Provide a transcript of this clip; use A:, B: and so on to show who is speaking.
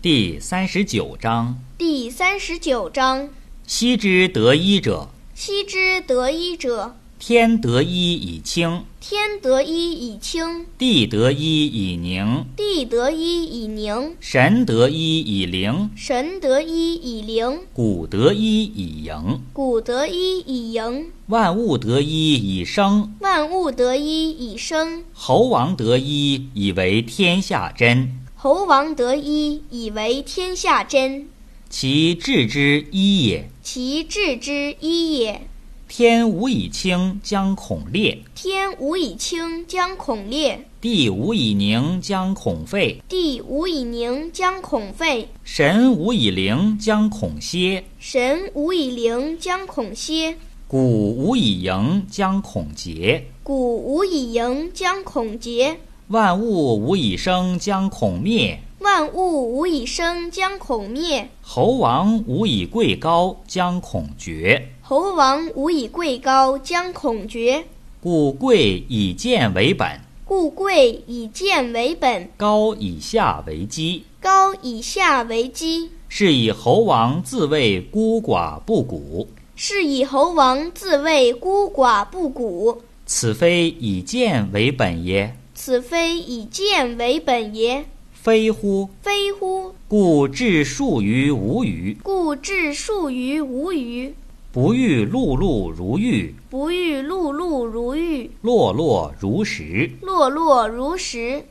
A: 第三十九章：
B: 第三十九章：
A: 昔之得一者，
B: 昔之得一者，
A: 天得一以清，
B: 天得一以清，
A: 地得一以宁，
B: 地得一以宁，
A: 神得一以灵，
B: 神得一以灵，
A: 谷得一以盈，
B: 谷得一以盈，
A: 万物得一以生，
B: 万物得一以生，
A: 侯王得一以为天下真。
B: 侯王得一以为天下真，
A: 其治之一也。
B: 其治之一也。
A: 天无以清，将恐裂；
B: 天无以清，将恐裂；
A: 地无以宁，将恐废；
B: 地无以宁，将恐废；
A: 神无以灵，将恐歇；
B: 神无以灵，将恐歇；
A: 谷无以盈，将恐竭；
B: 谷无以盈，将恐竭。
A: 万物无以生，将恐灭；
B: 万物无以生，将恐灭；
A: 侯王无以贵高，将恐绝。
B: 侯王无以贵高，将恐绝。
A: 故贵以贱为本，
B: 故贵以贱为本，
A: 高以下为基。
B: 高以下为基。
A: 是以侯王自谓孤寡不古，
B: 是以侯王自谓孤寡不古。
A: 此非以贱为本也。
B: 此非以贱为本也，
A: 非乎？
B: 非乎？
A: 故治术于无余，
B: 故治术于无余。
A: 不欲碌碌如玉，
B: 不欲碌碌如玉，
A: 落落如石。
B: 落落如石。